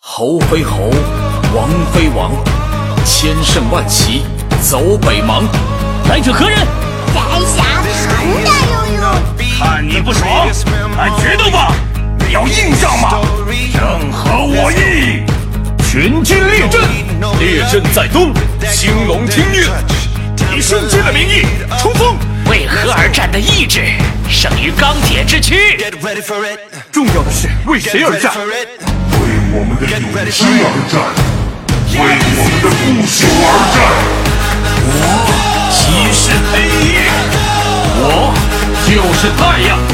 侯非侯，王非王，千胜万骑走北邙。来者何人？在下韩大悠悠。啊看你不爽，来决斗吧！要硬仗吗？正合我意。全军列阵，列阵在东，兴隆听运。以瞬间的名义冲锋，为何而战的意志胜于钢铁之躯？重要的是为谁而战？为我们的勇士而战，为我们的不朽而战。我即是黑夜，我就是太阳。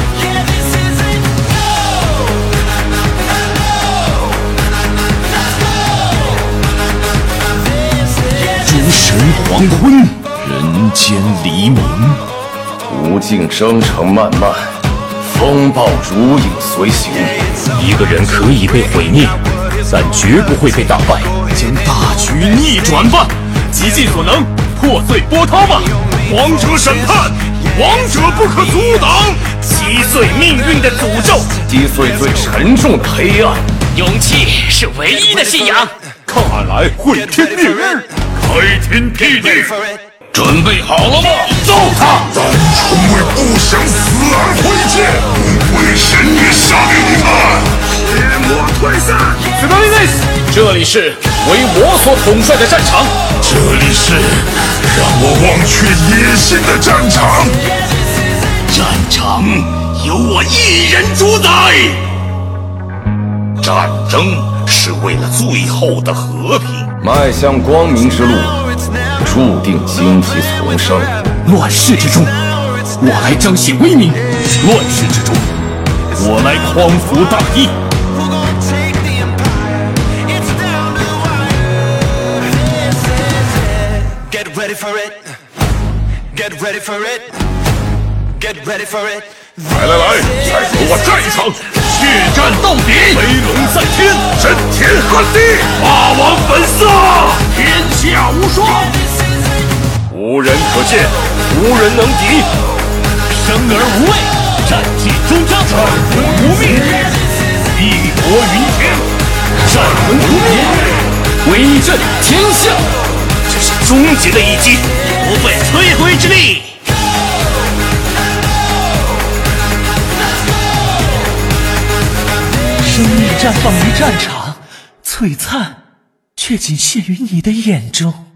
诸神黄昏，人间黎明。无尽征程漫漫，风暴如影随形。一个人可以被毁灭，但绝不会被打败。将大局逆转吧，极尽所能，破碎波涛吧。王者审判，王者不可阻挡，击碎命运的诅咒。击碎最沉重的黑暗。勇气是唯一的信仰。看来会天灭日，开天辟地。准备好了吗？揍他！当初为不想死而挥剑，为神也杀给你看。天魔退散，这里是为我所统帅的战场。这里是让我忘却野心的战场。战场由我一人主宰。战争是为了最后的和平。迈向光明之路，注定荆棘丛生。乱世之中，我来彰显威名；乱世之中，我来匡扶大义。 Get ready for it. Get ready for it. Get ready for it. 来来来，再和我战一场！血战到底，飞龙在天，震天撼地，霸王本色，天下无双，无人可见，无人能敌。生而无畏，战绩终章。战魂不灭，义薄云天，战魂不灭，威震天下。这是终极的一击，不费吹灰之力。生命绽放于战场，璀璨却仅限于你的眼中。